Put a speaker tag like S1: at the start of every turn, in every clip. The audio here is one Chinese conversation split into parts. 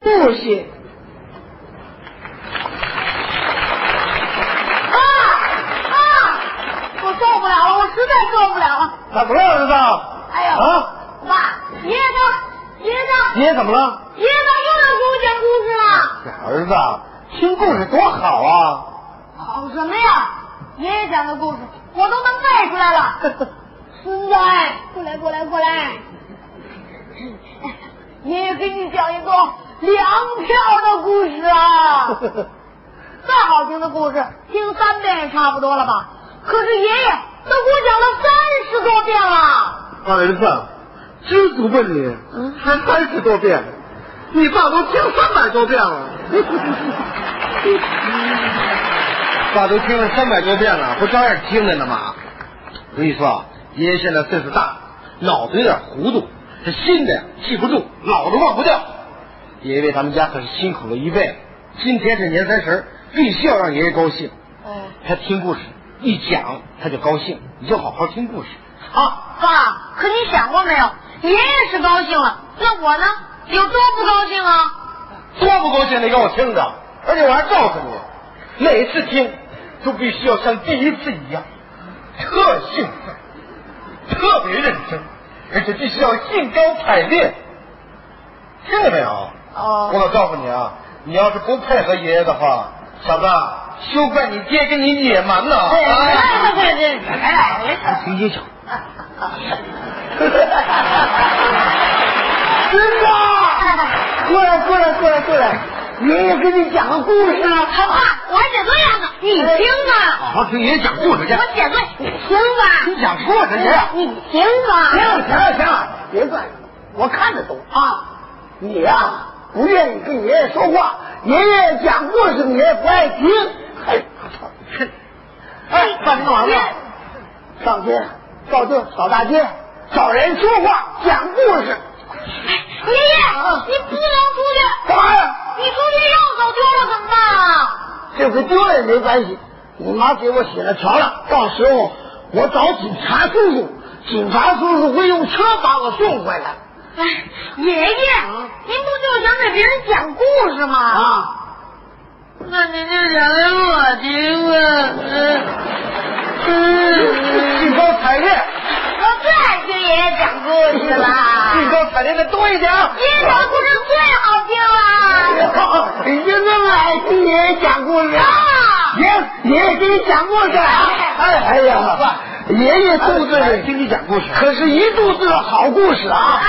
S1: 不许。
S2: 啊啊！我受不了了，我实在受不了了。
S3: 怎么了，儿子？
S2: 哎呦，
S3: 啊，
S2: 爸，爷爷他爷爷他
S3: 爷怎么了？
S2: 爷爷他又让给我讲故事了。
S3: 儿子，啊听故事多好啊！
S2: 好什么呀？爷爷讲的故事我都能背出来了。 孙子，哎过来过来过来， 爷爷给你讲一个粮票的故事 啊。再好听的故事，听三遍也差不多了吧？可是爷爷都给我讲了三十多遍了。
S3: 儿子，知足吧你，
S2: 嗯
S3: 才三十多遍，你爸都听三百多遍了。爸都听了三百多遍了，不照样听着呢吗？我跟你说啊，爷爷现在岁数大了，脑子有点糊涂，这新的呀记不住，老的忘不掉。爷爷为咱们家可是辛苦了一辈子，今天是年三十儿，必须要让爷爷高兴。
S2: 哎，
S3: 他听故事一讲他就高兴，你就好好听故事啊！
S2: 爸，可你想过没有？爷爷是高兴了，那我呢？有多不高兴啊？
S3: 多不高兴你给我听着，而且我还告诉你，每次听都必须要像第一次一样，特兴奋，特别认真，而且必须要兴高采烈。听见没有？
S2: 哦
S3: 我可告诉你啊，你要是不配合爷爷的话，小子，啊休怪你爹跟你野蛮呢！
S2: 哎
S3: 啊
S2: 哎哎哎哎哎哎
S3: 谁也想。真的，过来过来过来过来，爷爷给你讲个故事
S2: 好
S3: 啊！
S2: 啊，我还写作业呢，你听吧。
S3: 好好听爷爷讲故事去。
S2: 我写作业，你听吧。
S3: 你讲故事去。
S2: 你听吧。
S3: 了行了，别转，我看得懂啊。你呀、不愿意跟爷爷说话，爷爷讲故事你也不爱听。哎，哎，干什么玩意儿？上街照镜扫大街，找人说话讲故事，
S2: 爷爷，你不能出去，
S3: 干嘛呀？
S2: 你出去要走丢了怎么办啊？
S3: 这回丢了也没关系，你妈给我写了条了，到时候我找警察叔叔，警察叔叔会用车把我送回来。
S2: 哎，爷爷，您不就想给别人讲故事吗？
S3: 啊，
S2: 那您就讲给我听啊。嗯，
S3: 兴 高采烈，
S2: 我最爱听爷爷讲故事
S3: 兴
S2: 了。
S3: 高采烈的多一点。
S2: 爷爷讲故事最好听了。
S3: 你就那么爱听爷爷讲故事？
S2: 啊，
S3: 爷爷给你讲故事。哎哎呀，爷爷肚子里给你讲故事，可是一肚子的好故事啊！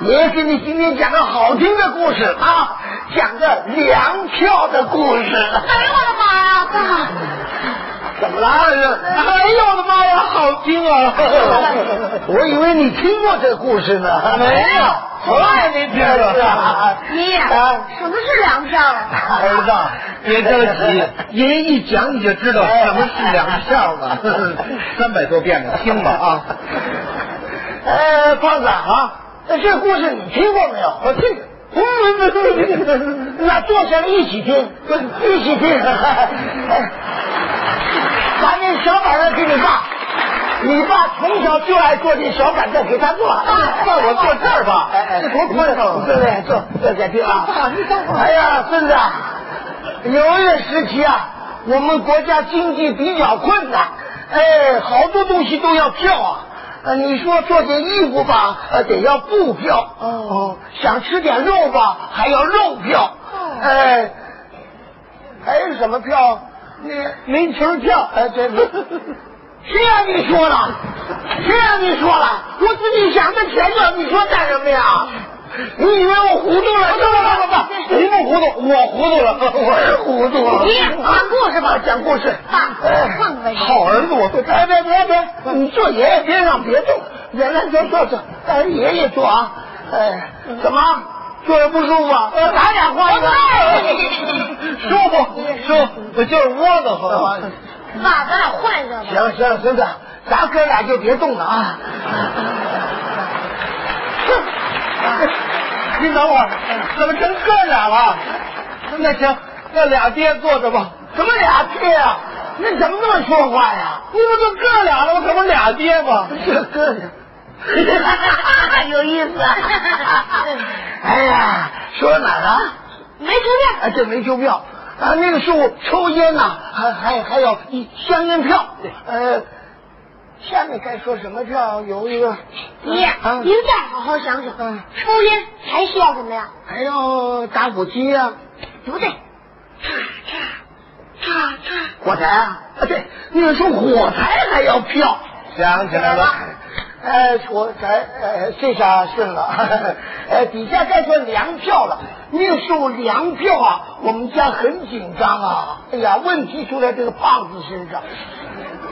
S3: 爷爷给你今天讲个好听的故事啊，讲个粮票的故事。
S2: 哎呦我的妈呀！爸
S3: 怎么了？哎呦我的妈呀，好听 啊！我以为你听过这个故事呢，
S2: 没有
S3: 从来哎没 听过。
S2: 爷爷，
S3: 啊
S2: 什么是粮票 啊？
S3: 儿子，哎别着急，爷爷一讲你就知道什么是两票了。 三百多遍了，听吧啊！ 呃，胖子啊，这故事你听过没有？我听。 那坐下来一起听，一起听。 把那小板凳给你爸，你爸从小就爱坐这小板凳，给他坐。那我坐这儿吧，这多宽敞啊！对对，坐坐下听啊。 哎呀，孙子，纽约时期啊，我们国家经济比较困难，哎，好多东西都要票啊。呃你说做件衣服吧，呃，得要布票。哦，想吃点肉吧，还要肉票。哎，还有什么票？那煤球票。哎，对 对。谁让你说了？谁让你说了？我自己想的钱呢，你说干什么呀？你以为我糊涂了？不不不不不，谁不糊涂？我糊涂了， 我是糊涂了。啊
S2: 爷讲故事吧
S3: 讲故事。
S2: 爸
S3: 哎
S2: 放开
S3: 好儿子，我坐。哎，别别别，你坐爷爷边上别动，原来坐坐坐，让爷爷坐啊。哎，怎么坐着不舒服啊？咱俩换一个。 舒服舒服，我就是窝得慌。
S2: 爸，咱俩换上吧。
S3: 行行了，孙子，咱哥俩就别动了啊。 您等会儿，怎么成哥俩了？那行，那俩爹坐着吧。什么俩爹啊？那怎么这么说话呀？你们都哥俩了，我怎么俩爹吧？这 哥俩。 有意思、啊。哎呀，说哪儿啊？
S2: 没出面。
S3: 啊，这没救票。啊，那个时候抽烟呐、还还还有一香烟票。呃，下面该说什么票？有一个，
S2: 爷爷，
S3: 啊，
S2: 您再好好想想，
S3: 嗯
S2: 抽烟还需要什么呀？
S3: 还有打火机啊呀、
S2: 不对，叉叉叉叉。
S3: 火柴啊，啊对，那个时候火柴还要票，想
S2: 起来了。
S3: 哎，火柴，呃，这下顺了。 呃，底下该说粮票了。那个时候粮票啊，我们家很紧张啊。哎呀，问题出在这个胖子身上，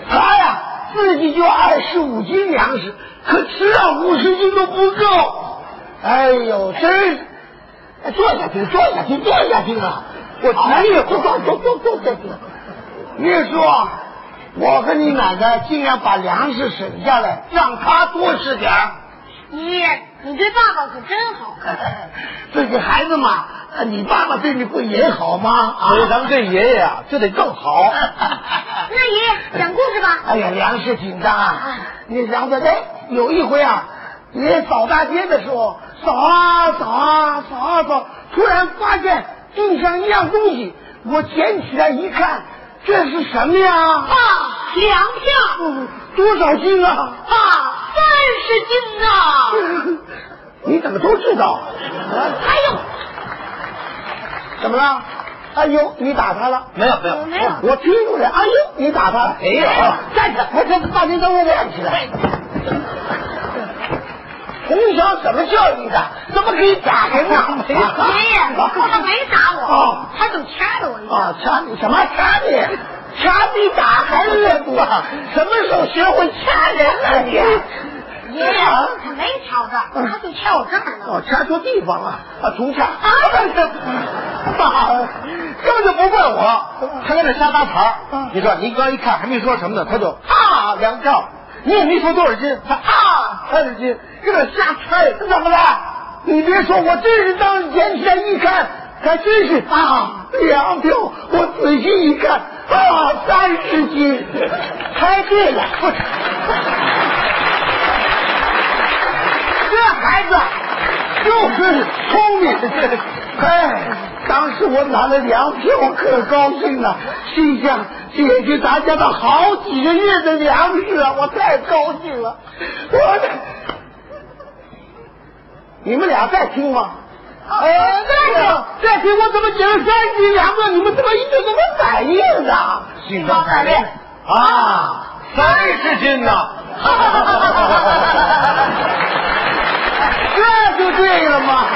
S3: 他呀自己就二十五斤粮食，可吃啊五十斤都不够。哎呦，真是哎坐下听，坐下听，坐下听啊！我急了，坐坐坐坐坐坐坐。你说，我和你奶奶尽量把粮食省下来，让她多吃点 儿。
S2: 爷，你对爸爸可真好。
S3: 自己孩子嘛，你爸爸对你不也好吗？啊，咱们对爷爷啊，就得更好。
S2: 那爷爷讲故事吧。
S3: 哎呀，粮食紧张啊
S2: 啊！
S3: 你想想，哎，有一回啊，你扫大街的时候，扫啊扫啊扫啊扫，突然发现地上一样东西，我捡起来一看，这是什么 呀？
S2: 爸，粮票。
S3: 嗯多少斤啊？
S2: 爸，三十斤啊呐。
S3: 你怎么都知道？啊
S2: 还有，
S3: 怎么了？哎呦，你打他了？哦
S1: 没有没有
S2: 没有
S3: 我听出来。哎呦，你打他了？哎
S1: 没有
S3: 站起来，我这大家都亮起来。从小怎么教育的？怎么可以打人呢？
S1: 没有
S2: 哎爷爷，他没打我
S3: 哦，
S2: 他总掐着我一下。
S3: 啊，掐你什么掐你？掐你打孩子啊？什么时候学会掐人了你？
S2: 爷爷，
S3: 啊嗯
S2: 他没掐我这儿，他就掐我这儿呢。
S3: 哦，掐错地方了，啊，重掐。啊，根本就不怪我，他在那瞎搭牌儿你说，你刚一看还没说什么呢，他就啊两票，你也没说多少斤，他啊三十斤，跟那瞎猜，这怎么了？你别说，我真是当时捡起来一看，还真是啊两票，我仔细一看啊三十斤，猜对了。这孩子就是聪明。哎，当时我拿了粮票，我可高兴了，心想解决咱家的好几个月的粮食啊，我太高兴了。我的，你们俩在听吗？哎，那个在听我怎么解了三斤粮票，你们怎么一点都没反应啊呢？
S1: 兴高采烈
S3: 啊！
S1: 三十斤呐！
S3: 这就对了嘛！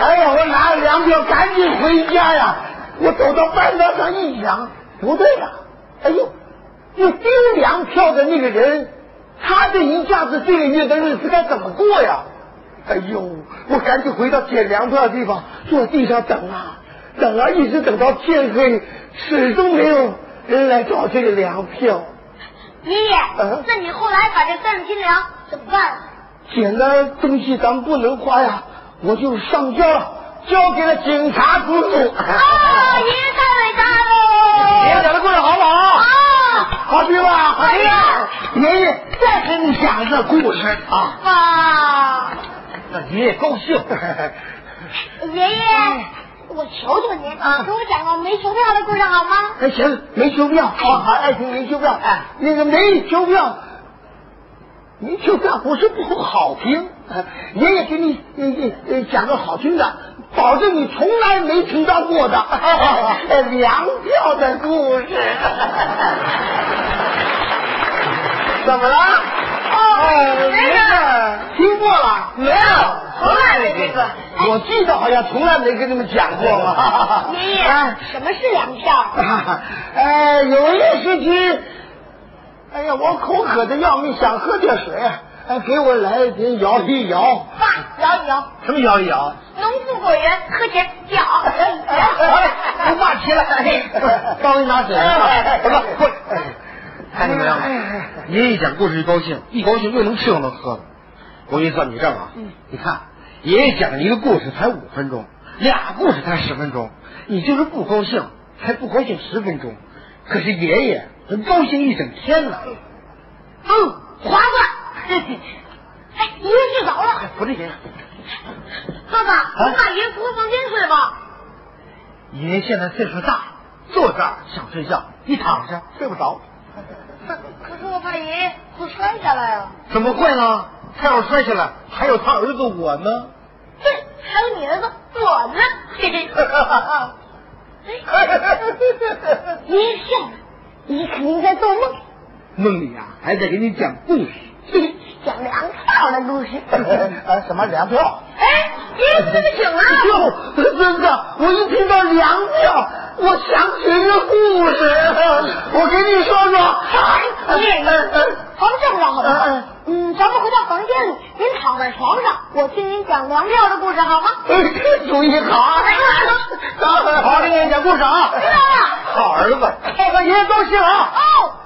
S3: 哎呀，我拿着粮票赶紧回家呀！我走到半道上一想，不对呀、哎呦，那盯粮票的那个人，他这一下子这个月的日子该怎么过呀？哎呦，我赶紧回到捡粮票的地方，坐地上等啊等啊，一直等到天黑，始终没有人来找这个粮票。
S2: 爷爷
S3: 嗯，
S2: 那你后来把这三十斤粮怎么办啊？
S3: 捡的东西咱们不能花呀，我就上交了，交给了警察叔
S2: 啊，
S3: 叔。
S2: 爷爷太伟大喽！
S3: 爷爷讲的故事好不好？
S2: 啊，
S3: 好听吧？
S2: 好听
S3: 爷爷再给你讲一个故事啊。
S2: 爸。
S1: 那爷爷高兴。
S2: 爷爷，我求求您，
S3: 啊
S2: 给我讲个没球票的故事好吗？
S3: 哎，行，没球票，好好爱听没球票。哎，那个没球票，没球票不是不好听，哎爷爷给你呃呃呃讲个好听的，保证你从来没听到过的哎粮票的故事。怎么了？哦
S2: 没事儿
S3: 听过了没有？哎
S2: 从来没听过
S3: 我记得好像从来没跟你们讲过嘛。
S2: 哦爷爷
S3: 哎，
S2: 什么是粮票？
S3: 哎，有一时期，哎呀，我口渴的要命，想喝点水，哎，给我来一瓶摇一摇，
S2: 爸，摇一摇，
S3: 什么摇一摇？
S2: 农夫果园喝起来脚。
S3: 哎， 不骂起来，稍微拿水，
S1: 哎
S3: 什么滚？
S1: 看见没有？爷爷讲故事就高兴，一高兴又能吃又能喝了。我给你算笔账啊，你看爷爷讲一个故事才五分钟，俩故事才十分钟，你就是不高兴，才不高兴十分钟，可是爷爷能高兴一整天呢。
S2: 嗯，划算。哎，爷爷睡着了，
S1: 不是爷爷，
S2: 爸爸，
S1: 啊
S2: 你把爷扶房间睡吧。
S3: 爷爷现在岁数大，坐这儿想睡觉，一躺下睡不着。
S2: 可是我怕爷爷会摔下来啊！
S3: 怎么会呢？他要摔下来，还有他儿子我呢。
S2: 哼，还有你儿子我呢，嘿嘿。爷爷笑了，你肯定在做梦，
S3: 梦里啊，还得给你讲故事。
S2: 嘿嘿讲粮票的故事。
S4: 呃，什么粮票？
S2: 哎，爷爷睡不醒啊！
S3: 哟，孙子，我一听到粮票，我想起一个故事，我给你说说。
S2: 爷爷，咱们这么着好不好？嗯，咱们回到房间里，您躺在床上，我听您讲粮票的故事好吗？
S3: 这主意好，好，给你讲故事啊。
S2: 知道了。
S3: 好儿子，我和爷爷高兴啊。
S2: 哦。